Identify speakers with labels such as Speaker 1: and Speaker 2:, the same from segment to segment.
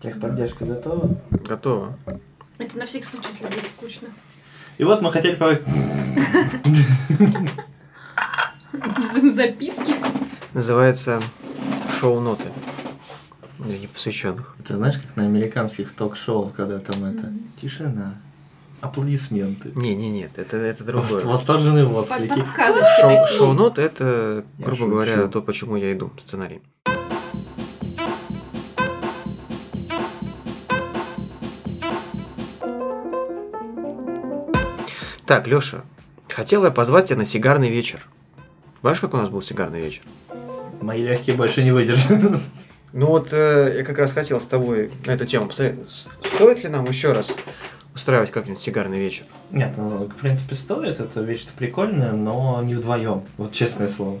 Speaker 1: Техподдержка готова?
Speaker 2: Готово.
Speaker 3: Это на всякий случай, если будет скучно.
Speaker 4: И вот мы хотели по...
Speaker 3: Записки.
Speaker 2: Называется шоу-ноты для непосвященных.
Speaker 1: Ты знаешь, как на американских ток-шоу, когда там это... Тишина. Аплодисменты.
Speaker 2: Не, не, нет, это, это
Speaker 1: Вос-
Speaker 2: другое.
Speaker 1: Восторженные
Speaker 3: Под-
Speaker 1: восклики.
Speaker 3: Подсказочки
Speaker 2: Шоу, ну.
Speaker 3: такие.
Speaker 2: шоу-нот это,
Speaker 1: Я
Speaker 2: грубо
Speaker 1: шучу.
Speaker 2: говоря, то, почему я иду, сценарий. Так, Лёша, хотел я позвать тебя на сигарный вечер. Знаешь, как у нас был сигарный вечер?
Speaker 1: Мои легкие больше не выдержат.
Speaker 2: Ну вот э, я как раз хотел с тобой на эту тему посоветовать. С- Стоит ли нам еще раз устраивать как-нибудь сигарный вечер?
Speaker 1: Нет, ну, в принципе, стоит. Это вещь-то прикольная, но не вдвоем. Вот честное слово.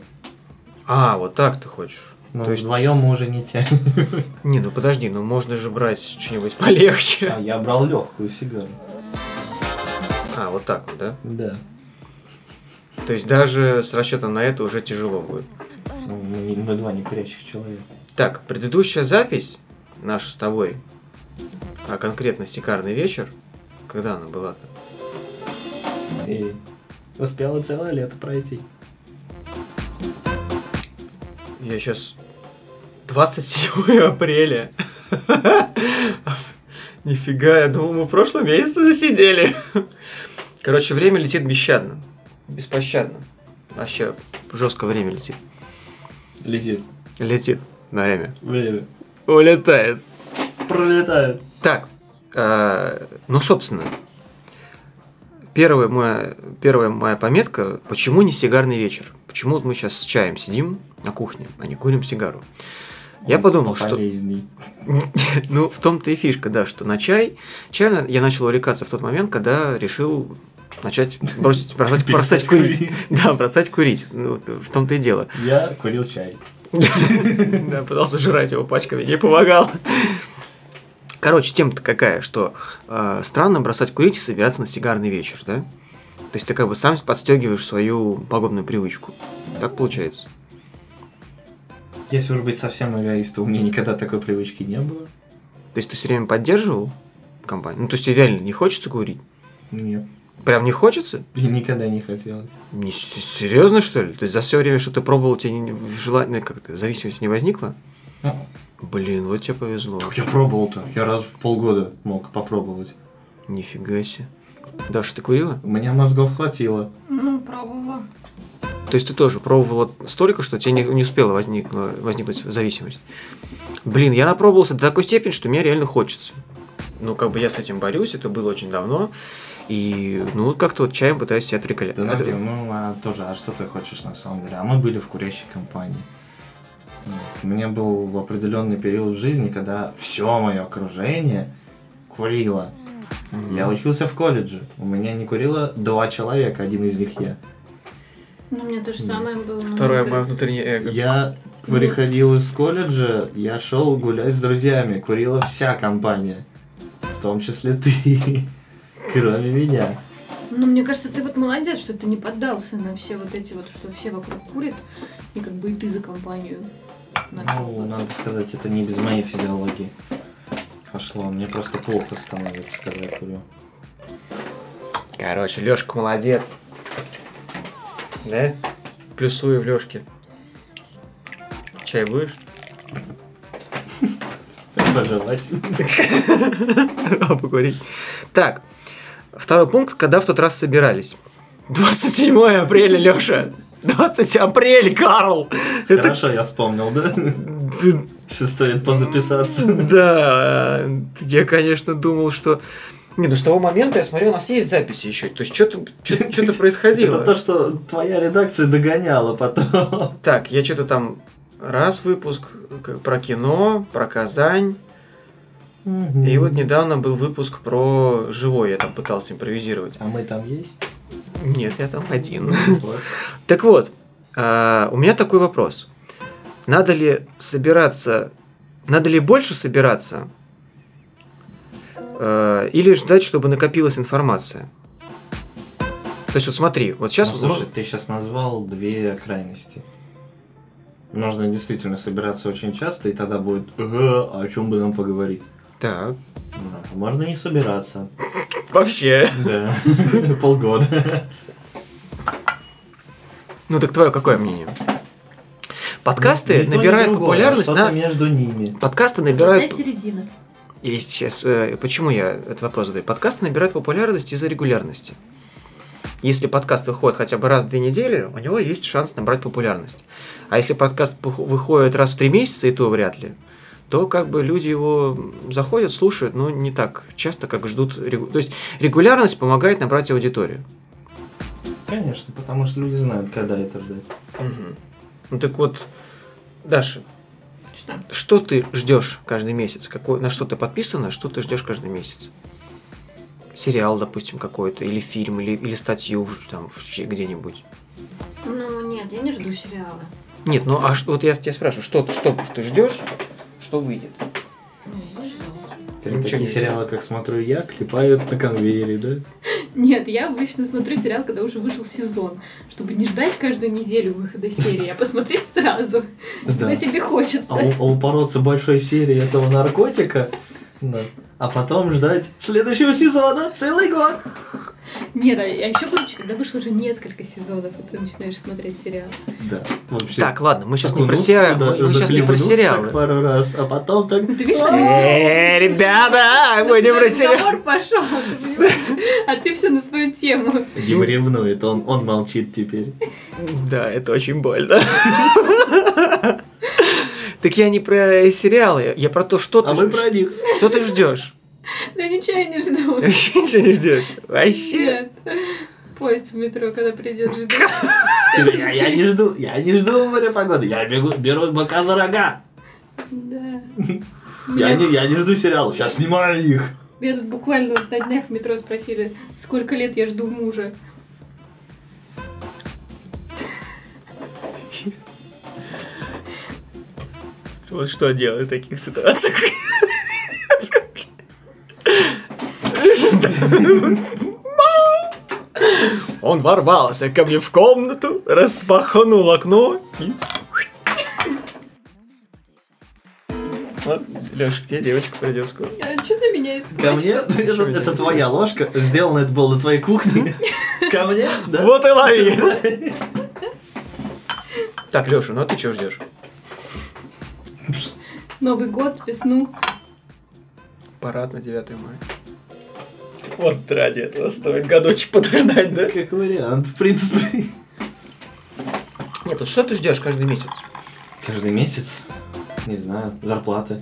Speaker 2: А, вот так ты хочешь.
Speaker 1: Ну,
Speaker 2: То есть-
Speaker 1: вдвоем мы уже не тянем.
Speaker 2: Не, ну подожди, ну можно же брать что-нибудь полегче.
Speaker 1: А я брал легкую сигару.
Speaker 2: А, вот так вот, да?
Speaker 1: Да.
Speaker 2: То есть даже с расчетом на это уже тяжело будет.
Speaker 1: Ну, Мы, не- мы два некурящих человека.
Speaker 2: Так, предыдущая запись наша с тобой, а конкретно сигарный вечер, когда она была-то?
Speaker 1: И успела целое лето пройти.
Speaker 2: Я сейчас 27 апреля. Нифига, я думал, мы в прошлом месяце засидели. Короче, время летит бесщадно. Беспощадно. Вообще, жестко время летит.
Speaker 1: Летит.
Speaker 2: Летит на время.
Speaker 1: Время.
Speaker 2: Улетает.
Speaker 1: Пролетает.
Speaker 2: Так, э, ну, собственно, первая моя, первая моя пометка, почему не сигарный вечер? Почему вот мы сейчас с чаем сидим на кухне, а не курим сигару? Я подумал, что-
Speaker 1: Полезный.
Speaker 2: Ну, в том-то и фишка, да, что на чай... Чай на- я начал увлекаться в тот момент, когда решил начать бросить, бросать, бросать курить. Да, бросать курить. Ну, вот в том-то и дело.
Speaker 1: Я курил чай.
Speaker 2: Да, пытался жрать его пачками, не помогал. Короче, тема-то какая, что э, странно бросать курить и собираться на сигарный вечер, да? То есть ты как бы сам подстегиваешь свою пагубную привычку. Так получается.
Speaker 1: Если уж быть совсем эгоистом, у меня никогда такой привычки не было.
Speaker 2: То есть ты все время поддерживал компанию? Ну, то есть тебе реально не хочется курить?
Speaker 1: Нет.
Speaker 2: Прям не хочется?
Speaker 1: И никогда не хотелось.
Speaker 2: Не, с- серьезно, что ли? То есть за все время, что ты пробовал, тебе не- в- желание как-то зависимость не возникла?
Speaker 1: Ну,
Speaker 2: Блин, вот тебе повезло.
Speaker 1: я пробовал-то. Я раз в полгода мог попробовать.
Speaker 2: Нифига себе. Даша, ты курила?
Speaker 1: У меня мозгов хватило.
Speaker 3: Ну, пробовала.
Speaker 2: То есть ты тоже пробовала столько, что тебе не, не успела возникла, возникнуть зависимость. Блин, я напробовался до такой степени, что мне реально хочется. Ну, как бы я с этим борюсь, это было очень давно. И, ну, вот как-то вот чаем пытаюсь себя отреклять.
Speaker 1: Да, Надя, ну а тоже, а что ты хочешь на самом деле? А мы были в курящей компании. Вот. У меня был определенный период в жизни, когда все мое окружение курило. Я учился в колледже. У меня не курило два человека, один из них я.
Speaker 3: Ну, у меня то же самое было. Ну, но
Speaker 2: Второе
Speaker 3: никак-
Speaker 2: мое внутреннее эго.
Speaker 1: Я приходил из колледжа, я шел гулять с друзьями, курила вся компания. В том числе ты. Кроме меня.
Speaker 3: Ну, мне кажется, ты вот молодец, что ты не поддался на все вот эти вот, что все вокруг курят, и как бы и ты за компанию начал.
Speaker 1: Ну,
Speaker 3: бы.
Speaker 1: надо сказать, это не без моей физиологии пошло. Мне просто плохо становится, когда я курю.
Speaker 2: Короче, Лёшка молодец. Да? Плюсую в Лёшке. Чай будешь?
Speaker 1: Так пожелать.
Speaker 2: А, Покурить. Так, второй пункт, когда в тот раз собирались. 27 апреля, Лёша. 20 апреля, Карл. Это
Speaker 1: Хорошо, я вспомнил, да? Что стоит позаписаться.
Speaker 2: Да, э, я, конечно, думал, что... Не, ну с того момента я смотрел, у нас есть записи еще. То есть что-то происходило.
Speaker 1: Это то, что твоя редакция догоняла потом.
Speaker 2: Так, я что-то там раз выпуск к- про кино, про Казань. И вот недавно был выпуск про живой, я там пытался импровизировать.
Speaker 1: А мы там есть?
Speaker 2: Нет, я там один. Так вот, а, у меня такой вопрос. Надо ли собираться, надо ли больше собираться, э, или ждать, чтобы накопилась информация? То есть вот смотри, вот сейчас...
Speaker 1: Ну, слушай, ты сейчас назвал две крайности. Нужно действительно собираться очень часто, и тогда будет «Ага, а о чем бы нам поговорить?
Speaker 2: Так.
Speaker 1: Да, Можно не собираться.
Speaker 2: Вообще.
Speaker 1: Да. Полгода.
Speaker 2: Ну так твое какое мнение? Подкасты
Speaker 1: Ни то, ни
Speaker 2: набирают
Speaker 1: Ну, другое,
Speaker 2: популярность
Speaker 1: что-то
Speaker 2: на...
Speaker 1: между ними.
Speaker 2: Подкасты
Speaker 3: Золотая
Speaker 2: набирают...
Speaker 3: середина.
Speaker 2: И сейчас, э, почему я этот вопрос задаю? Подкасты набирают популярность из-за регулярности. Если подкаст выходит хотя бы раз в две недели, у него есть шанс набрать популярность. А если подкаст пох- выходит раз в три месяца, и то вряд ли, то как бы люди его заходят, слушают, но не так часто, как ждут. регу- То есть регулярность помогает набрать аудиторию.
Speaker 1: Конечно, потому что люди знают, когда это ждать.
Speaker 2: Ну так вот, Даша,
Speaker 3: Что?
Speaker 2: что ты ждешь каждый месяц? Какой, на что ты подписана, что ты ждешь каждый месяц? Сериал, допустим, какой-то, или фильм, или, или статью в- там в- где-нибудь.
Speaker 3: Ну нет, я не жду сериала.
Speaker 2: Нет, ну а ш- вот я тебя спрашиваю, что, ты- что ты ждешь, что выйдет?
Speaker 3: Ну, не жду.
Speaker 2: Ничего
Speaker 1: Прям такие
Speaker 2: не
Speaker 1: сериалы, как смотрю я, клепают на конвейере, да?
Speaker 3: Нет, я обычно смотрю сериал, когда уже вышел сезон, чтобы не ждать каждую неделю выхода серии, а посмотреть сразу, когда тебе
Speaker 1: А
Speaker 3: хочется.
Speaker 1: у- а упороться большой серии этого наркотика, да, а потом ждать следующего сезона целый год.
Speaker 3: Нет, а еще круче, когда вышло уже несколько сезонов, и ты начинаешь смотреть сериал.
Speaker 1: Да, вообще.
Speaker 2: Так, ладно, мы сейчас не про
Speaker 1: окунуться
Speaker 2: сериал,
Speaker 1: туда,
Speaker 2: мы, сейчас не про
Speaker 1: захлебнуться так
Speaker 2: сериалы.
Speaker 1: пару раз, а потом так...
Speaker 3: Ну, ты видишь,
Speaker 2: Э, ребята, мы не про сериалы.
Speaker 3: Разговор пошел, ты понимаешь? а ты все на свою тему.
Speaker 1: Дима ревнует, он, он молчит теперь.
Speaker 2: Да, это очень больно. Так я не про сериалы, я про то, что
Speaker 1: А
Speaker 2: ты
Speaker 1: мы
Speaker 2: ж-
Speaker 1: про них.
Speaker 2: что ты ждешь.
Speaker 3: Да ничего я не жду.
Speaker 2: Вообще ничего не ждешь. Вообще.
Speaker 3: Нет. Поезд в метро, когда придет, жду.
Speaker 1: Я, я не жду, я не жду моря погоды, я бегу, беру быка за рога.
Speaker 3: Да.
Speaker 1: Я
Speaker 3: Меня-
Speaker 1: не, я не жду сериалов, я снимаю их.
Speaker 3: Меня тут буквально вот на днях в метро спросили, сколько лет я жду мужа.
Speaker 2: Вот что делать в таких ситуациях. Он ворвался ко мне в комнату, распахнул окно и... Вот, Леша, к тебе девочка придет скоро.
Speaker 3: А что ты меня
Speaker 1: Ко мне,
Speaker 3: испугаешь?
Speaker 1: это, это твоя ложка, сделано это было на твоей кухне. Ко мне, да?
Speaker 2: Вот и лови. Так, Леша, ну а ты чего ждешь?
Speaker 3: Новый год, весну.
Speaker 2: Парад на 9 мая. Вот ради этого стоит годочек подождать, да?
Speaker 1: Как вариант, в принципе.
Speaker 2: Нет, вот что ты ждешь каждый месяц?
Speaker 1: Каждый месяц? Не знаю, зарплаты.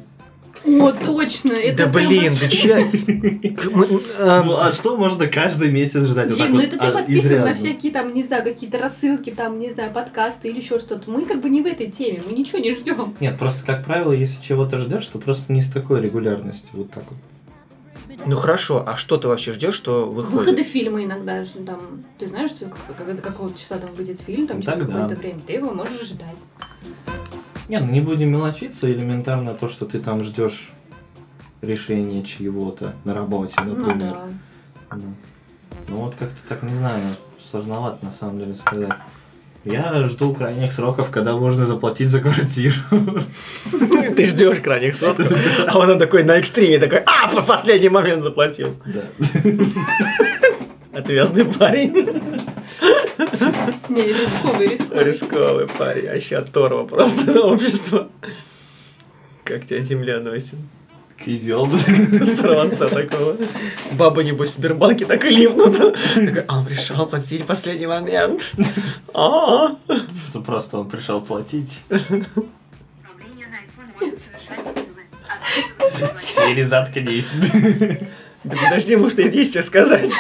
Speaker 3: О, точно! Это
Speaker 2: да
Speaker 3: прям
Speaker 2: блин,
Speaker 3: вообще-
Speaker 2: ты че? К- мы,
Speaker 1: Ну
Speaker 2: а,
Speaker 1: а что можно каждый месяц ждать? Вот
Speaker 3: Дим,
Speaker 1: так
Speaker 3: ну
Speaker 1: вот,
Speaker 3: это ты
Speaker 1: а,
Speaker 3: подписан
Speaker 1: изрядно.
Speaker 3: на всякие там, не знаю, какие-то рассылки, там, не знаю, подкасты или еще что-то. Мы как бы не в этой теме, мы ничего не ждем.
Speaker 1: Нет, просто, как правило, если чего-то ждешь, то просто не с такой регулярностью, вот так вот.
Speaker 2: Ну хорошо, а что ты вообще ждешь, что
Speaker 3: Выходы
Speaker 2: выходит?
Speaker 3: фильма иногда, что там, ты знаешь, что как- когда какого числа там выйдет фильм, там
Speaker 1: Ну,
Speaker 3: через
Speaker 1: так да.
Speaker 3: какое-то время, ты его можешь ждать.
Speaker 1: Не, ну не будем мелочиться, элементарно то, что ты там ждешь решения чего-то на работе,
Speaker 3: Ну
Speaker 1: например.
Speaker 3: да.
Speaker 1: Да. Ну вот как-то так, не знаю, сложновато на самом деле сказать. Я жду крайних сроков, когда можно заплатить за квартиру.
Speaker 2: Ты ждешь крайних срок, а он такой на экстриме такой, а, в последний момент заплатил.
Speaker 1: Да.
Speaker 2: Отвязный парень.
Speaker 3: Не, рисковый, рисковый.
Speaker 2: Рисковый парень, вообще оторва просто за общество. Как тебя земля носит?
Speaker 1: Кизел.
Speaker 2: Сорванца такого. Баба, небось, в Сбербанке так и липнут. Такая, А он пришел платить в последний момент. А,
Speaker 1: Это просто он пришел платить.
Speaker 5: Управление на iPhone может совершать вызовы.
Speaker 1: Сири, заткнись.
Speaker 2: Да подожди, может, и здесь что сказать.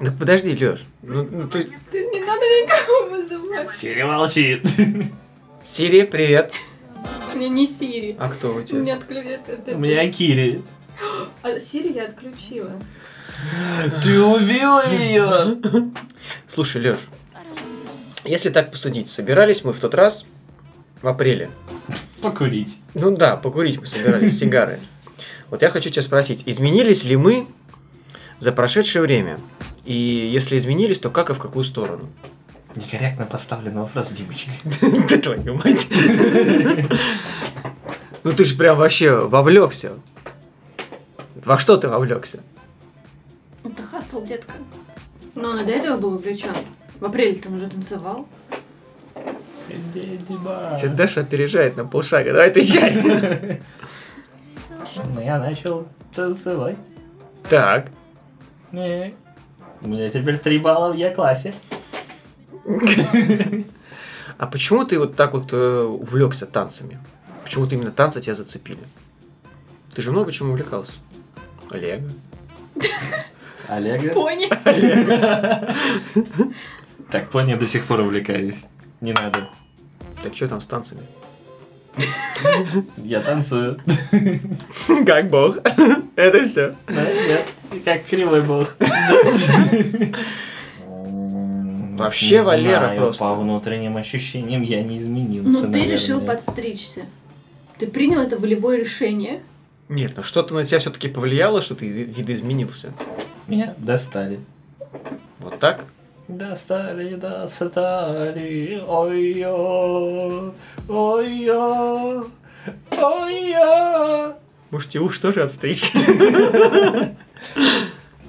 Speaker 2: Так подожди, Леш. Ну, ну ты...
Speaker 3: Ты не надо никого вызывать.
Speaker 1: Сири молчит.
Speaker 2: Сири, привет.
Speaker 3: У меня не Сири.
Speaker 2: А кто у тебя?
Speaker 3: Меня отключили.
Speaker 1: У меня Кири.
Speaker 3: А Сири я отключила.
Speaker 1: Ты убила ее!
Speaker 2: Слушай, Леш, если так посудить, собирались мы в тот раз в апреле.
Speaker 1: Покурить.
Speaker 2: Ну да, покурить мы собирались, сигары. Вот я хочу тебя спросить, изменились ли мы за прошедшее время? И если изменились, то как и в какую сторону?
Speaker 1: Некорректно поставлен вопрос, Димочка.
Speaker 2: Да твою мать. Ну ты же прям вообще вовлекся. Во что ты вовлекся?
Speaker 3: Это хастл, детка. Но он и до этого был увлечен. В апреле там уже танцевал.
Speaker 1: А.
Speaker 2: Тебя Даша опережает на полшага. Давай отвечай.
Speaker 4: Ну, я начал танцевать.
Speaker 2: Так.
Speaker 4: Э, У меня теперь три балла в Е-классе.
Speaker 2: А почему ты вот так вот э, увлекся танцами? Почему ты именно танцы тебя зацепили? Ты же много чем увлекался. Олег.
Speaker 4: Олега.
Speaker 3: Пони.
Speaker 4: Так, пони до сих пор увлекаюсь. Не надо.
Speaker 2: Так что там с танцами?
Speaker 4: Я танцую.
Speaker 2: Как бог. Это все.
Speaker 4: Да, я Как кривой бог.
Speaker 2: Вообще
Speaker 1: Не
Speaker 2: Валера
Speaker 1: знаю,
Speaker 2: просто.
Speaker 1: По внутренним ощущениям я не изменился.
Speaker 3: Но Ну, ты
Speaker 1: наверное.
Speaker 3: решил подстричься. Ты принял это волевое решение.
Speaker 2: Нет, ну что-то на тебя все-таки повлияло, что ты видоизменился.
Speaker 4: Меня достали.
Speaker 2: Вот так?
Speaker 4: Достали, достали, ой-ё, ой-ё, ой-ё.
Speaker 2: Можете уж тоже отстричь.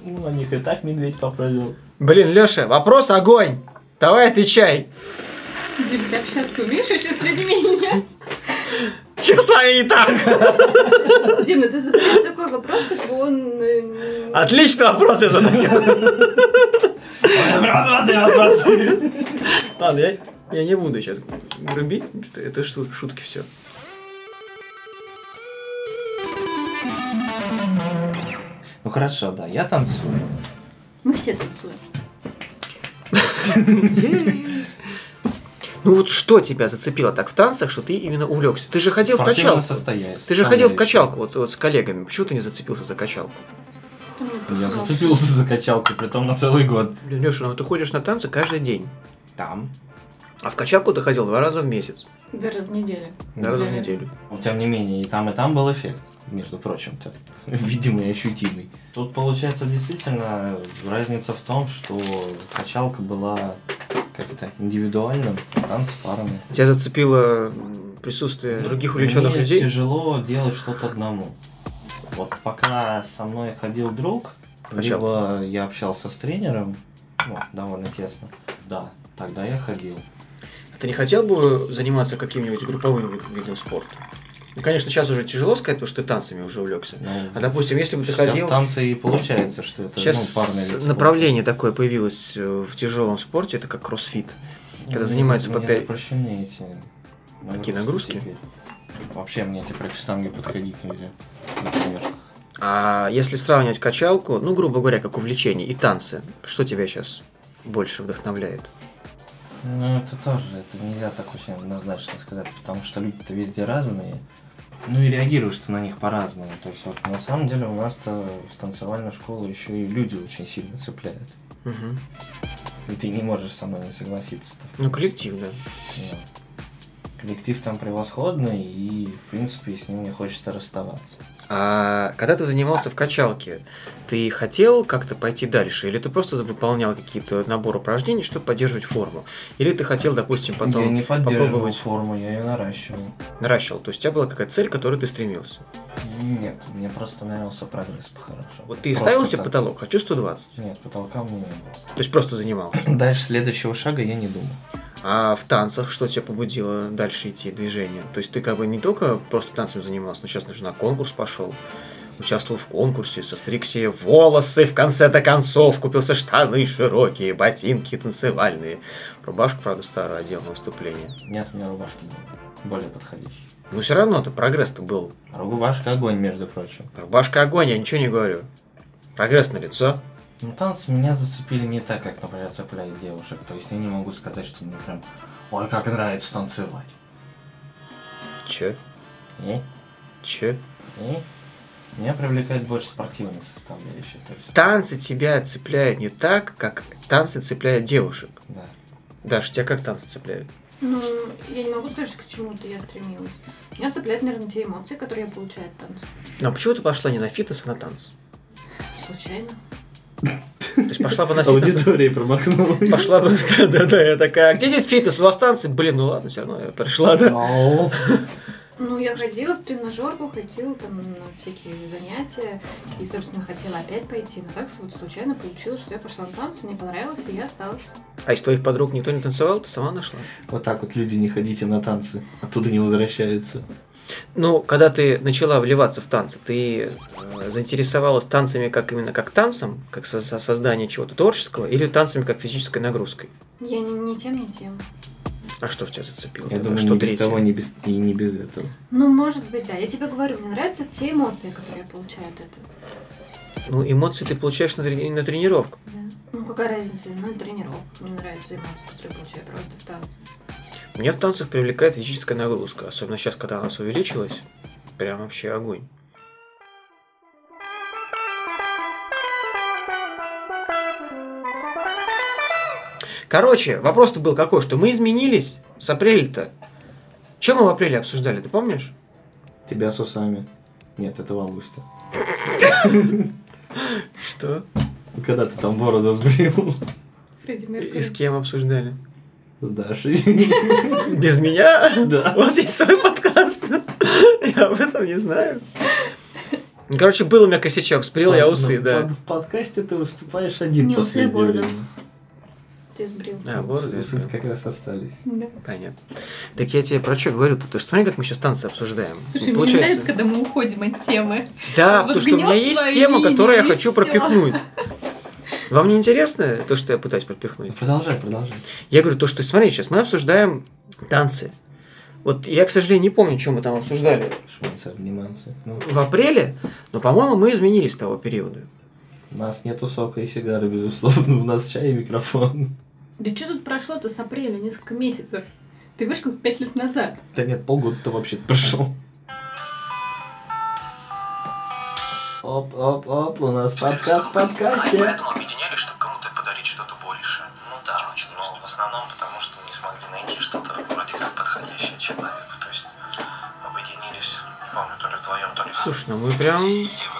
Speaker 4: Ну, на них и так медведь поправил.
Speaker 2: Блин, Леша, вопрос огонь. Давай отвечай.
Speaker 3: Дим, ты общаться умеешь вообще с людьми? Нет.
Speaker 2: Че с вами не так?
Speaker 3: Дим, ну ты задаешь такой вопрос, как бы он... э,
Speaker 2: Отличный вопрос я задаю. Ладно, я, я не буду сейчас грубить. Это шу- шутки все.
Speaker 1: Ну хорошо, да, я танцую.
Speaker 3: Мы все танцуем.
Speaker 2: Ну вот что тебя зацепило так в танцах, что ты именно увлекся? Ты же ходил в
Speaker 1: Спортивное
Speaker 2: качалку.
Speaker 1: состояние.
Speaker 2: Ты же ходил в
Speaker 1: составляющая.
Speaker 2: качалку вот, вот с коллегами. Почему ты не зацепился за качалку?
Speaker 3: Ты мне
Speaker 1: Я
Speaker 3: показал.
Speaker 1: зацепился за качалку, притом на целый год.
Speaker 2: Блин, Леша, ну ты ходишь на танцы каждый день.
Speaker 1: Там.
Speaker 2: А в качалку ты ходил два раза в месяц.
Speaker 3: Да раз в неделю.
Speaker 2: Два раза в
Speaker 3: Да.
Speaker 2: неделю.
Speaker 1: Но, тем не менее, и там, и там был эффект, между прочим-то. Видимый и ощутимый. Тут получается действительно разница в том, что качалка была как это, индивидуальным, а танцы парами.
Speaker 2: Тебя зацепило м, присутствие других увлеченных
Speaker 1: Мне
Speaker 2: людей?
Speaker 1: тяжело делать что-то одному. Вот пока со мной ходил друг,
Speaker 2: Качалка.
Speaker 1: либо я общался с тренером, ну, довольно тесно, да, тогда я ходил.
Speaker 2: Ты не хотел бы заниматься каким-нибудь групповым ви- видом спорта? Ну, конечно, сейчас уже тяжело сказать, потому что ты танцами уже увлекся.
Speaker 1: Ну,
Speaker 2: А допустим, если бы ты
Speaker 1: сейчас
Speaker 2: ходил...
Speaker 1: танцы и получается, что это
Speaker 2: Сейчас
Speaker 1: ну, парный вид спорта.
Speaker 2: направление такое появилось э, в тяжелом спорте, это как кроссфит. когда
Speaker 1: Мне
Speaker 2: занимаются
Speaker 1: за-
Speaker 2: по
Speaker 1: мне
Speaker 2: пять-
Speaker 1: запрещены эти
Speaker 2: Какие нагрузки?
Speaker 1: теперь. Вообще мне теперь к штанге подходить нельзя, например.
Speaker 2: А если сравнивать качалку, ну, грубо говоря, как увлечение и танцы, что тебя сейчас больше вдохновляет?
Speaker 1: Ну, это тоже, это нельзя так очень однозначно сказать, потому что люди-то везде разные. Ну и реагируешь ты на них по-разному. То есть вот на самом деле у нас-то в танцевальную школу еще и люди очень сильно цепляют.
Speaker 2: Мгм.
Speaker 1: И ты не можешь со мной не согласиться. ну,
Speaker 2: Ну, коллектив, да.
Speaker 1: Коллектив там превосходный, и в принципе с ним не хочется расставаться.
Speaker 2: А когда ты занимался в качалке, ты хотел как-то пойти дальше? Или ты просто выполнял какие-то набор упражнений, чтобы поддерживать форму? Или ты хотел, допустим, потом
Speaker 1: я не поддерживал
Speaker 2: попробовать.
Speaker 1: форму, я ее наращивал.
Speaker 2: наращивал? То есть у тебя была какая-то цель, к которой ты стремился?
Speaker 1: Нет, мне просто нравился прогресс по-хорошему.
Speaker 2: Вот ты
Speaker 1: Просто
Speaker 2: ставил себе
Speaker 1: так.
Speaker 2: потолок, а хочу 120.
Speaker 1: Нет, потолка у меня не
Speaker 2: То есть просто занимался.
Speaker 1: было. Дальше следующего шага я не думал.
Speaker 2: А в танцах что тебя побудило дальше идти, движение? То есть ты как бы не только просто танцами занимался, но сейчас даже на конкурс пошел, участвовал в конкурсе, состриг себе волосы в конце-то концов, купился штаны широкие, ботинки танцевальные. Рубашку, правда, старую одел на выступление.
Speaker 1: Нет, у меня рубашки не было. Более подходящие.
Speaker 2: Но все равно ты прогресс-то был.
Speaker 1: Рубашка огонь, между прочим.
Speaker 2: Рубашка огонь, я ничего не говорю. Прогресс на лицо.
Speaker 1: Ну, танцы меня зацепили не так, как, например, цепляет девушек. То есть я не могу сказать, что мне прям, ой, как нравится танцевать.
Speaker 2: Че?
Speaker 1: И?
Speaker 2: Че?
Speaker 1: И? Меня привлекает больше спортивная составляющая. То есть,
Speaker 2: Танцы тебя цепляют не так, как танцы цепляют девушек.
Speaker 1: да.
Speaker 2: Даша, тебя как танцы цепляют?
Speaker 3: Ну, я не могу сказать, что к чему-то я стремилась. Меня цепляют, наверное, те эмоции, которые я получаю от танцев.
Speaker 2: Ну а почему ты пошла не на фитнес, а на танцы?
Speaker 3: Случайно.
Speaker 2: То есть пошла бы на фитнес.
Speaker 4: Аудитория промахнулась.
Speaker 2: Пошла бы,
Speaker 1: Ну.
Speaker 2: да-да-да, я такая, а где здесь фитнес? У вас танцы? Блин, ну ладно, все равно я пришла, да.
Speaker 3: Ну, я ходила в тренажерку, ходила там на всякие занятия. И, собственно, хотела опять пойти. Но так вот случайно получилось, что я пошла на танцы, мне понравилось, и я осталась.
Speaker 2: А из твоих подруг никто не танцевал, ты сама нашла?
Speaker 1: Вот так вот люди не ходите на танцы, оттуда не возвращаются.
Speaker 2: Ну, когда ты начала вливаться в танцы, ты э, заинтересовалась танцами как именно как танцем, как со- со- создание чего-то творческого, или танцами как физической нагрузкой?
Speaker 3: Я не, не тем, не тем.
Speaker 2: А что в тебя зацепило?
Speaker 1: Я
Speaker 2: тогда?
Speaker 1: думаю,
Speaker 2: что
Speaker 1: ни без
Speaker 2: третье?
Speaker 1: того, ни без, и не без этого.
Speaker 3: Ну, может быть, да. Я тебе говорю, мне нравятся те эмоции, которые я получаю от этого.
Speaker 2: Ну, эмоции ты получаешь на, трени- на тренировку.
Speaker 3: Да. Ну, какая разница? Ну, и тренировка. Мне нравятся эмоции, которые я получаю просто в танце.
Speaker 2: Меня в танцах привлекает физическая нагрузка, особенно сейчас, когда у нас увеличилась. Прям вообще огонь. Короче, вопрос-то был какой, что мы изменились с апреля-то. Чем мы в апреле обсуждали, ты помнишь?
Speaker 1: Тебя с усами. Нет, это в августе.
Speaker 2: Что?
Speaker 1: Ну, Когда ты там бороду сбрил
Speaker 3: Фредди
Speaker 2: И с кем обсуждали?
Speaker 1: с Дашей.
Speaker 2: Без меня?
Speaker 1: Да.
Speaker 2: У вас есть свой подкаст? Я об этом не знаю. Ну, Короче, был у меня косячок, сприл я
Speaker 4: Под-
Speaker 2: усы,
Speaker 4: ну,
Speaker 2: да.
Speaker 4: под- В подкасте ты выступаешь один
Speaker 3: Не усы, а
Speaker 4: последнее
Speaker 3: борода.
Speaker 4: время.
Speaker 3: Ты сбрил.
Speaker 2: А, бороду я
Speaker 1: Усы
Speaker 2: сбрил.
Speaker 1: как раз остались.
Speaker 3: Да.
Speaker 2: Ну, Понятно. А, Так я тебе про что говорю-то? Потому что смотри, как мы сейчас танцы обсуждаем.
Speaker 3: Слушай,
Speaker 2: Ну,
Speaker 3: мне нравится, когда мы уходим от темы.
Speaker 2: Да,
Speaker 3: вот
Speaker 2: потому что у меня
Speaker 3: гнёт
Speaker 2: есть
Speaker 3: свою
Speaker 2: тема,
Speaker 3: линию,
Speaker 2: которую я
Speaker 3: и
Speaker 2: хочу
Speaker 3: всё.
Speaker 2: пропихнуть. Вам не интересно то, что я пытаюсь пропихнуть?
Speaker 1: Продолжай, продолжай.
Speaker 2: Я говорю, то, что смотри, сейчас мы обсуждаем танцы. Вот я, к сожалению, не помню, что мы там обсуждали
Speaker 1: Шманцы, обнимаемся. Ну,
Speaker 2: в апреле, но, по-моему, мы изменились с того периода.
Speaker 1: у нас нету сока и сигары, безусловно. У нас чай и микрофон.
Speaker 3: Да что тут прошло-то с апреля, несколько месяцев? Ты говоришь, как пять лет назад.
Speaker 1: Да нет, полгода-то вообще прошел. Оп, оп, оп, у нас подкаст в
Speaker 6: Они
Speaker 1: подкасте.
Speaker 6: поэтому объединяли, чтобы кому-то подарить что-то больше. Ну да, но в основном потому, что не смогли найти что-то вроде как подходящее человеку. То есть объединились, не помню, то ли вдвоем, то ли
Speaker 2: Слушай, ну мы прям ну,
Speaker 6: в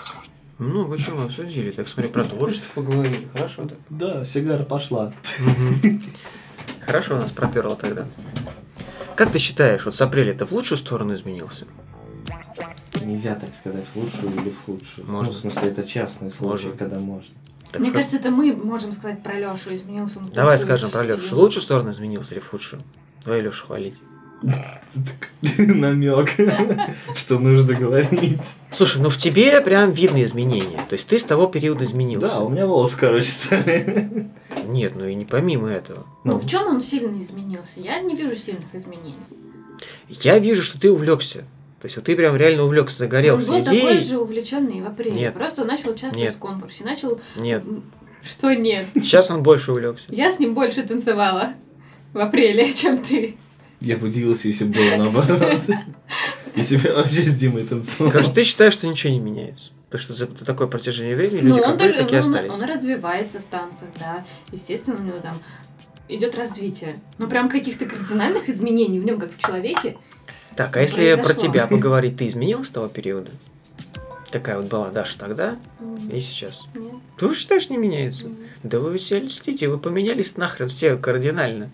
Speaker 6: этом
Speaker 2: много чего обсудили. Так, смотри, про творчество поговорили. Хорошо, да.
Speaker 1: Да, сигара пошла.
Speaker 2: Мгм. Хорошо нас проперло тогда. Как ты считаешь, вот с апреля это в лучшую сторону изменился?
Speaker 1: Нельзя так сказать, в лучшую или в худшую.
Speaker 2: Можно.
Speaker 1: Ну, в смысле, это частный случай,
Speaker 2: Можно.
Speaker 1: когда можно.
Speaker 2: Так,
Speaker 3: Мне
Speaker 2: как-
Speaker 3: кажется, это мы можем сказать про Лешу, изменился он. в
Speaker 2: Давай
Speaker 3: худшую.
Speaker 2: скажем про Лешу. В
Speaker 3: Или-
Speaker 2: лучшую сторону изменился или в худшую? Давай Лешу хвалить.
Speaker 1: Намек, что нужно говорить.
Speaker 2: Слушай, ну в тебе прям видно изменения. То есть ты с того периода
Speaker 1: Да, у
Speaker 2: изменился.
Speaker 1: меня волосы, короче, стали.
Speaker 2: Нет, ну и не помимо этого.
Speaker 3: Ну, в чем он сильно изменился? Я не вижу сильных изменений.
Speaker 2: Я вижу, что ты увлекся. То есть вот ты прям реально увлекся, загорелся
Speaker 3: он был такой
Speaker 2: идеей.
Speaker 3: же увлеченный в апреле.
Speaker 2: Нет.
Speaker 3: Просто начал участвовать
Speaker 2: Нет.
Speaker 3: в конкурсе. Начал...
Speaker 2: Нет,
Speaker 3: Что нет?
Speaker 2: сейчас он больше увлекся.
Speaker 3: Я с ним больше танцевала в апреле, чем ты.
Speaker 1: Я бы удивился, если бы было наоборот. И тебя вообще с Димой танцевал.
Speaker 2: Короче, ты считаешь, что ничего не меняется. То, что за такое протяжение времени
Speaker 3: Ну,
Speaker 2: люди как были,
Speaker 3: только-
Speaker 2: такие
Speaker 3: ну, он-
Speaker 2: остались.
Speaker 3: он развивается в танцах, да. Естественно, у него там идет развитие. Но прям каких-то кардинальных изменений в нем, как в человеке,
Speaker 2: Так, а если про
Speaker 3: произошло.
Speaker 2: тебя поговорить, ты изменилась с того периода? Какая вот была Даша тогда и
Speaker 3: нет.
Speaker 2: сейчас? Ты считаешь, не меняется? Да вы все льстите, вы поменялись нахрен все кардинально.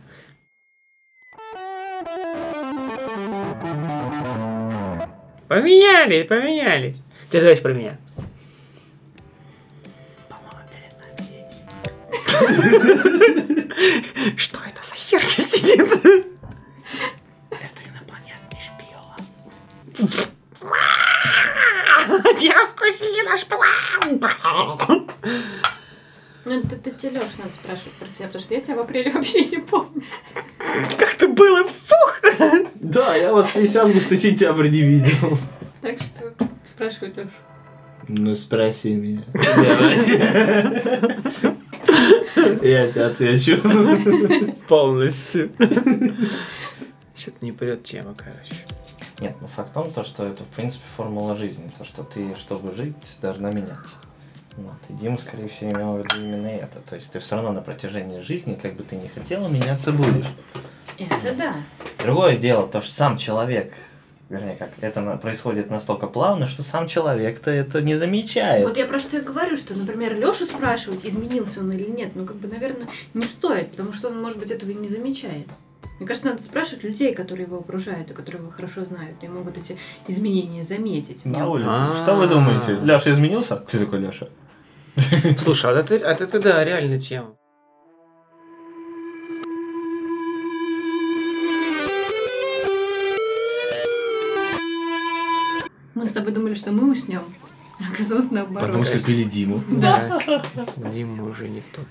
Speaker 2: Поменялись, поменялись. Теперь давайте про меня. Что это за хер здесь сидит? Это инопланетный шпион. Я раскусили наш план.
Speaker 3: Ну, это, это тебе, Лёш, надо спрашивать про тебя, потому что я тебя в апреле вообще не помню.
Speaker 2: Как то было? Фух!
Speaker 1: Да, я вас весь август и сентябрь не видел.
Speaker 3: Так что спрашивай, Лёш.
Speaker 1: Ну, спроси меня. Давай. Я тебе отвечу.
Speaker 2: Полностью. Что-то не придет тема, короче.
Speaker 1: Нет, ну факт в том, то, что это, в принципе, формула жизни. То, что ты, чтобы жить, должна меняться. Вот. И Дима, скорее всего, имел в виду именно это. То есть ты все равно на протяжении жизни, как бы ты ни хотела, меняться будешь.
Speaker 3: Это да.
Speaker 1: Другое дело, то, что сам человек, вернее, как это на- происходит настолько плавно, что сам человек-то это не замечает.
Speaker 3: Вот я про что и говорю, что, например, Лёшу спрашивать, изменился он или нет, ну, как бы, наверное, не стоит, потому что он, может быть, этого и не замечает. Мне кажется, надо спрашивать людей, которые его окружают и которые его хорошо знают, и могут эти изменения заметить.
Speaker 4: На
Speaker 3: Мне
Speaker 4: улице.
Speaker 2: А.
Speaker 4: Что вы думаете? Леша изменился? Кто такой Леша?
Speaker 2: Слушай, а это, а это да, реальная тема.
Speaker 3: Мы с тобой думали, что мы уснем. а Оказалось наоборот.
Speaker 1: Потому что пили Диму.
Speaker 2: Да. Дима уже не тот.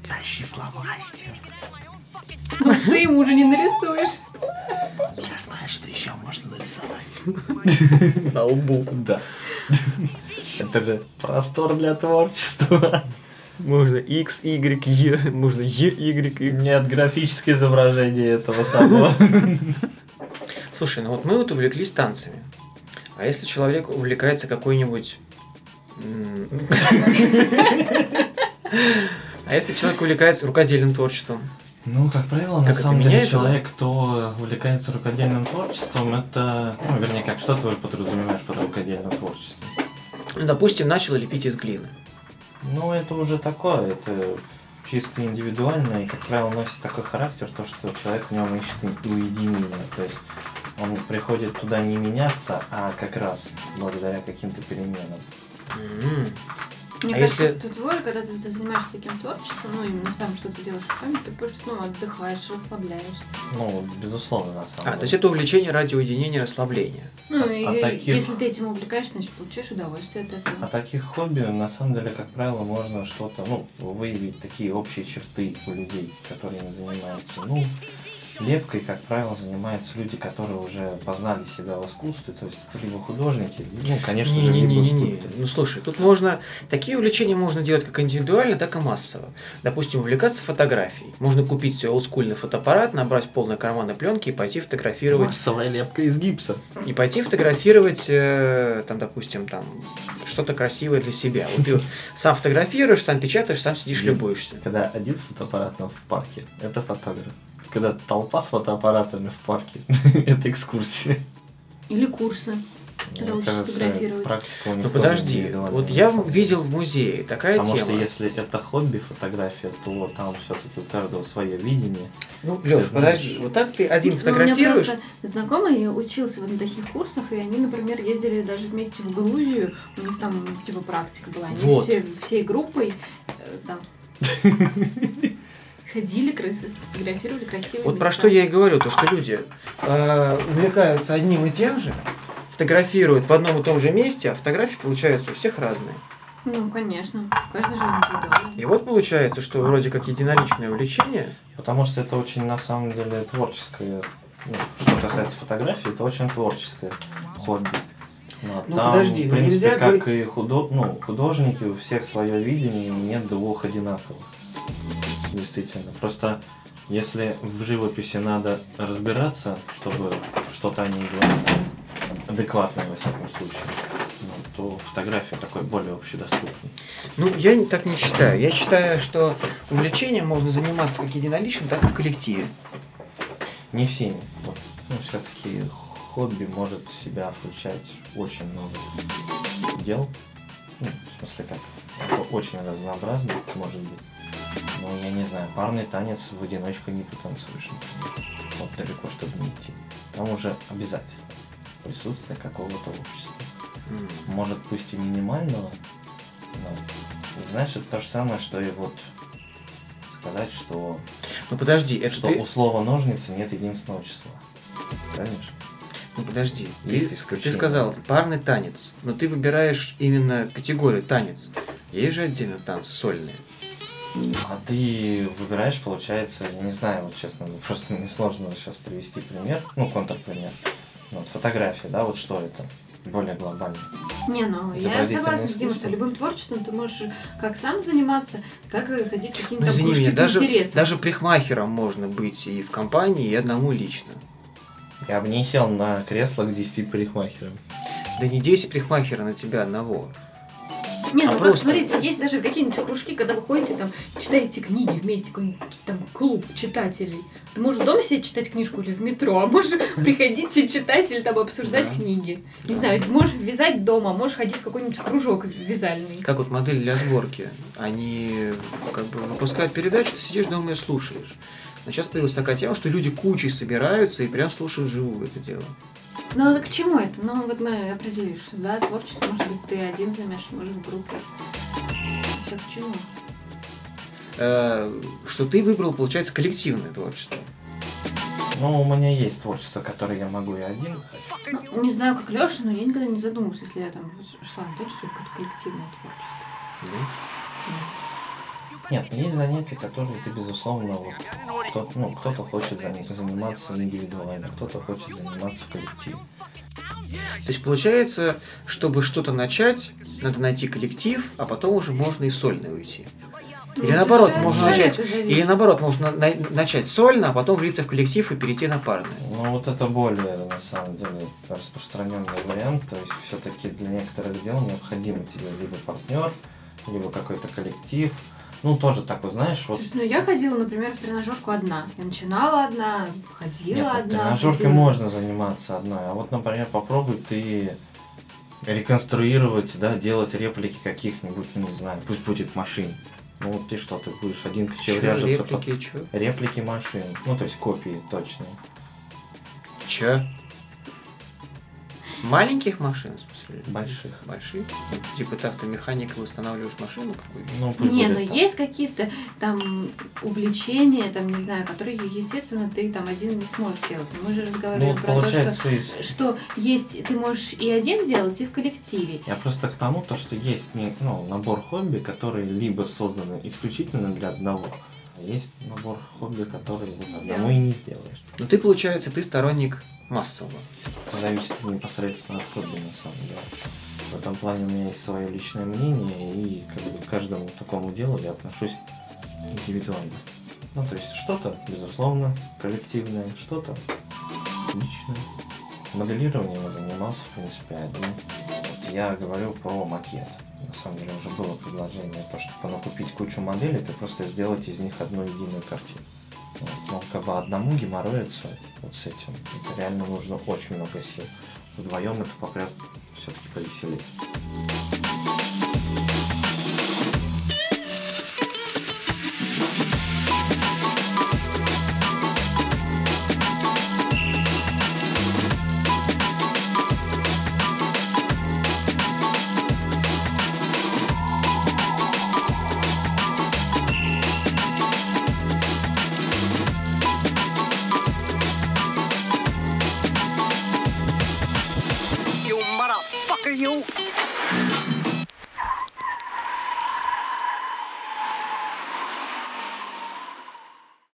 Speaker 3: Потому что ему уже не нарисуешь.
Speaker 1: Я знаю, что еще можно нарисовать.
Speaker 4: На лбу. Да. Это же простор для творчества.
Speaker 2: Можно X, Y, E, можно E, Y, X.
Speaker 4: Нет, графические изображения этого самого.
Speaker 2: Слушай, ну вот мы вот увлеклись танцами. А если человек увлекается какой-нибудь... м, А если человек увлекается рукодельным творчеством?
Speaker 1: Ну, как правило, на
Speaker 2: Как это
Speaker 1: самом деле
Speaker 2: меняет его?
Speaker 1: человек, кто увлекается рукодельным творчеством, это, ну, вернее, как что ты подразумеваешь под рукодельным творчеством?
Speaker 2: Ну, Допустим, начал лепить из глины.
Speaker 1: Ну, это уже такое, это чисто индивидуально и, как правило, носит такой характер, то, что человек в нем ищет и- уединение, то есть он приходит туда не меняться, а как раз благодаря каким-то переменам.
Speaker 2: М.
Speaker 3: Мне
Speaker 2: А
Speaker 3: кажется,
Speaker 2: если-
Speaker 3: тут воль, когда ты занимаешься таким творчеством, ну именно сам что-то делаешь руками, ты просто ну, отдыхаешь, расслабляешься.
Speaker 1: Ну, безусловно, на самом
Speaker 2: А,
Speaker 1: деле.
Speaker 2: то есть это увлечение ради уединения, расслабления.
Speaker 3: Ну
Speaker 1: А-
Speaker 3: и
Speaker 1: а таких-
Speaker 3: если ты этим увлекаешься, значит получаешь удовольствие от
Speaker 1: А
Speaker 3: этого.
Speaker 1: таких хобби, на самом деле, как правило, можно что-то, ну, выявить такие общие черты у людей, которыми занимаются. Ну, лепкой, как правило, занимаются люди, которые уже познали себя в искусстве, то есть это либо художники, ну, конечно же, либо
Speaker 2: Не-не-не-не-не.
Speaker 1: скульпторы.
Speaker 2: Ну слушай, тут можно. Такие увлечения можно делать как индивидуально, так и массово. Допустим, увлекаться фотографией. Можно купить себе олдскульный фотоаппарат, набрать полные карманы пленки и пойти фотографировать.
Speaker 4: Массовая лепка из гипса.
Speaker 2: И пойти фотографировать, э, там, допустим, там что-то красивое для себя. Вот ты вот сам фотографируешь, сам печатаешь, сам сидишь,
Speaker 4: Мгм.
Speaker 2: любуешься.
Speaker 4: Когда один с фотоаппаратом в парке, это фотограф. Когда толпа с фотоаппаратами в парке, это экскурсия.
Speaker 3: Или курсы.
Speaker 1: Мне
Speaker 3: лучше
Speaker 1: кажется,
Speaker 3: сфотографировать.
Speaker 1: практику
Speaker 2: Ну
Speaker 1: никто не
Speaker 2: подожди,
Speaker 1: передавал,
Speaker 2: вот
Speaker 1: на
Speaker 2: я
Speaker 1: самом деле. А
Speaker 2: видел в музее такая
Speaker 1: Потому
Speaker 2: тема.
Speaker 1: что если это хобби фотография, то там все-таки у каждого свое видение.
Speaker 2: Ну, Лёш,
Speaker 1: Ты знаешь.
Speaker 2: подожди, вот так ты один
Speaker 3: Ну,
Speaker 2: фотографируешь.
Speaker 3: У меня просто знакомый учился вот на таких курсах, и они, например, ездили даже вместе в Грузию. У них там типа практика была. Они
Speaker 2: Вот.
Speaker 3: все, всей группой э, там ходили, красиво, фотографировали красивые
Speaker 2: Вот про
Speaker 3: места.
Speaker 2: что я и говорю, то что люди э, увлекаются одним и тем же, фотографируют в одном и том же месте, а фотографии получаются у всех разные.
Speaker 3: Ну, конечно. Каждый же индивидуально.
Speaker 2: И вот получается, что вроде как единоличное увлечение.
Speaker 1: Потому что это очень, на самом деле, творческое. ну, что касается фотографии, это очень творческое хобби. Ну, а
Speaker 2: Ну,
Speaker 1: там,
Speaker 2: подожди,
Speaker 1: в
Speaker 2: ну,
Speaker 1: принципе,
Speaker 2: нельзя
Speaker 1: как и худо... ну, художники, у всех свое видение, и нет двух одинаковых. Действительно. Просто если в живописи надо разбираться, чтобы что-то они делали адекватное, во всяком случае, ну, то фотография такой более общедоступный.
Speaker 2: Ну, я не- так не считаю. Я считаю, что увлечением можно заниматься как единоличным, так и в коллективе.
Speaker 1: Не всеми. Вот. Ну, все-таки хобби может в себя включать очень много дел. Ну, в смысле как, о- очень разнообразно, может быть. Но я не знаю, парный танец в одиночку не потанцуешь. например. Вот далеко, чтобы не идти. Там уже обязательно присутствие какого-то общества. Может, пусть и минимального, но, знаешь, это то же самое, что и вот сказать, что
Speaker 2: Ну подожди, это
Speaker 1: что
Speaker 2: ты-
Speaker 1: у слова ножницы нет единственного числа. Конечно.
Speaker 2: Ну подожди,
Speaker 1: Есть
Speaker 2: ты,
Speaker 1: исключения.
Speaker 2: ты сказал парный танец, но ты выбираешь именно категорию танец. Есть же отдельно танцы сольные.
Speaker 1: А ты выбираешь, получается, я не знаю, вот честно, ну, просто мне сложно сейчас привести пример, ну, контрпример. Ну, вот фотография, да, вот что это? Более глобально.
Speaker 3: Не, ну, я
Speaker 1: Изобразительное
Speaker 3: согласна с Димой,
Speaker 1: искусство.
Speaker 3: что любым творчеством ты можешь как сам заниматься, так и ходить к
Speaker 2: Ну,
Speaker 3: каким-то
Speaker 2: извини меня,
Speaker 3: кружкам
Speaker 2: даже,
Speaker 3: интересов.
Speaker 2: даже прихмахером можно быть и в компании, и одному лично.
Speaker 1: Я бы не сел на кресло к 10 парикмахерам.
Speaker 2: Да не 10 прихмахера на тебя одного.
Speaker 3: Не,
Speaker 2: А
Speaker 3: ну как,
Speaker 2: просто-
Speaker 3: смотрите, есть даже какие-нибудь кружки, когда вы ходите там, читаете книги вместе, какой-нибудь там клуб читателей. Ты можешь дома себе читать книжку или в метро, а можешь приходить и читать или там обсуждать
Speaker 2: Да.
Speaker 3: книги. Не знаю, можешь вязать дома, можешь ходить в какой-нибудь кружок вязальный.
Speaker 2: Как вот модель для сборки. Они как бы выпускают передачу, ты сидишь дома и слушаешь. Но сейчас появилась такая тема, что люди кучей собираются и прям слушают живую это дело.
Speaker 3: Ну, а к чему это? Ну, вот мы определили, что, да, творчество, может быть, ты один займешь, может, в группе. Все к чему?
Speaker 2: Э, что ты выбрал, получается, коллективное творчество.
Speaker 1: Ну, у меня есть творчество, которое я могу и один.
Speaker 3: Ну, Не знаю, как Леша, но я никогда не задумывалась, если я там шла на творчество, какое-то коллективное творчество.
Speaker 1: Нет, есть занятия, которые ты, безусловно, вот, кто, ну, кто-то хочет за них заниматься индивидуально, кто-то хочет заниматься в коллективе.
Speaker 2: То есть получается, чтобы что-то начать, надо найти коллектив, а потом уже можно и в сольное уйти. Или
Speaker 3: Ну,
Speaker 2: наоборот,
Speaker 3: это же от
Speaker 2: можно
Speaker 3: человека
Speaker 2: начать.
Speaker 3: зависит.
Speaker 2: Или наоборот, можно на- начать сольно, а потом влиться в коллектив и перейти на парное.
Speaker 1: Ну вот это более на самом деле распространенный вариант, то есть все-таки для некоторых дел необходим тебе либо партнер, либо какой-то коллектив. Ну тоже такой, знаешь, вот
Speaker 3: Слушай, ну я ходила, например, в тренажерку одна. Я начинала одна, ходила
Speaker 1: нет, вот
Speaker 3: одна.
Speaker 1: тренажеркой
Speaker 3: ходила.
Speaker 1: можно заниматься одной, а вот, например, попробуй ты реконструировать, да, делать реплики каких-нибудь, ну, не знаю, пусть будет машин. Ну вот ты что, ты будешь один
Speaker 2: Чё,
Speaker 1: кочевряжиться под-
Speaker 2: реплики, чё?
Speaker 1: Реплики машин, ну то есть копии точные.
Speaker 2: Чё? Маленьких машин, в смысле?
Speaker 1: Больших.
Speaker 2: Больших? Ну, Типа ты автомеханик и устанавливаешь машину какую-то?
Speaker 1: Ну, пусть
Speaker 3: Не,
Speaker 1: будет
Speaker 3: ну
Speaker 1: так.
Speaker 3: есть какие-то там увлечения, там, не знаю, которые, естественно, ты там один не сможешь делать. Мы же
Speaker 1: Ну,
Speaker 3: разговариваем
Speaker 1: вот
Speaker 3: про то, что
Speaker 1: получается, из-
Speaker 3: что есть, ты можешь и один делать, и в коллективе.
Speaker 1: Я просто к тому, то, что есть не- ну, набор хобби, которые либо созданы исключительно для одного, а есть набор хобби, которые вот одному и не сделаешь.
Speaker 2: Ну ты, получается, ты сторонник массового.
Speaker 1: Это зависит непосредственно от хобби, на самом деле. В этом плане у меня есть свое личное мнение, и как бы к каждому такому делу я отношусь индивидуально. Ну, то есть что-то, безусловно, коллективное, что-то личное. Моделированием я занимался, в принципе, один. Вот Я говорю про макет. На самом деле уже было предложение, то, чтобы ну, купить кучу моделей, ты просто сделать из них одну единую картину. Вот, Ну, как бы одному геморроиться вот с этим, это реально нужно очень много сил. Вдвоем это пока все-таки повеселее.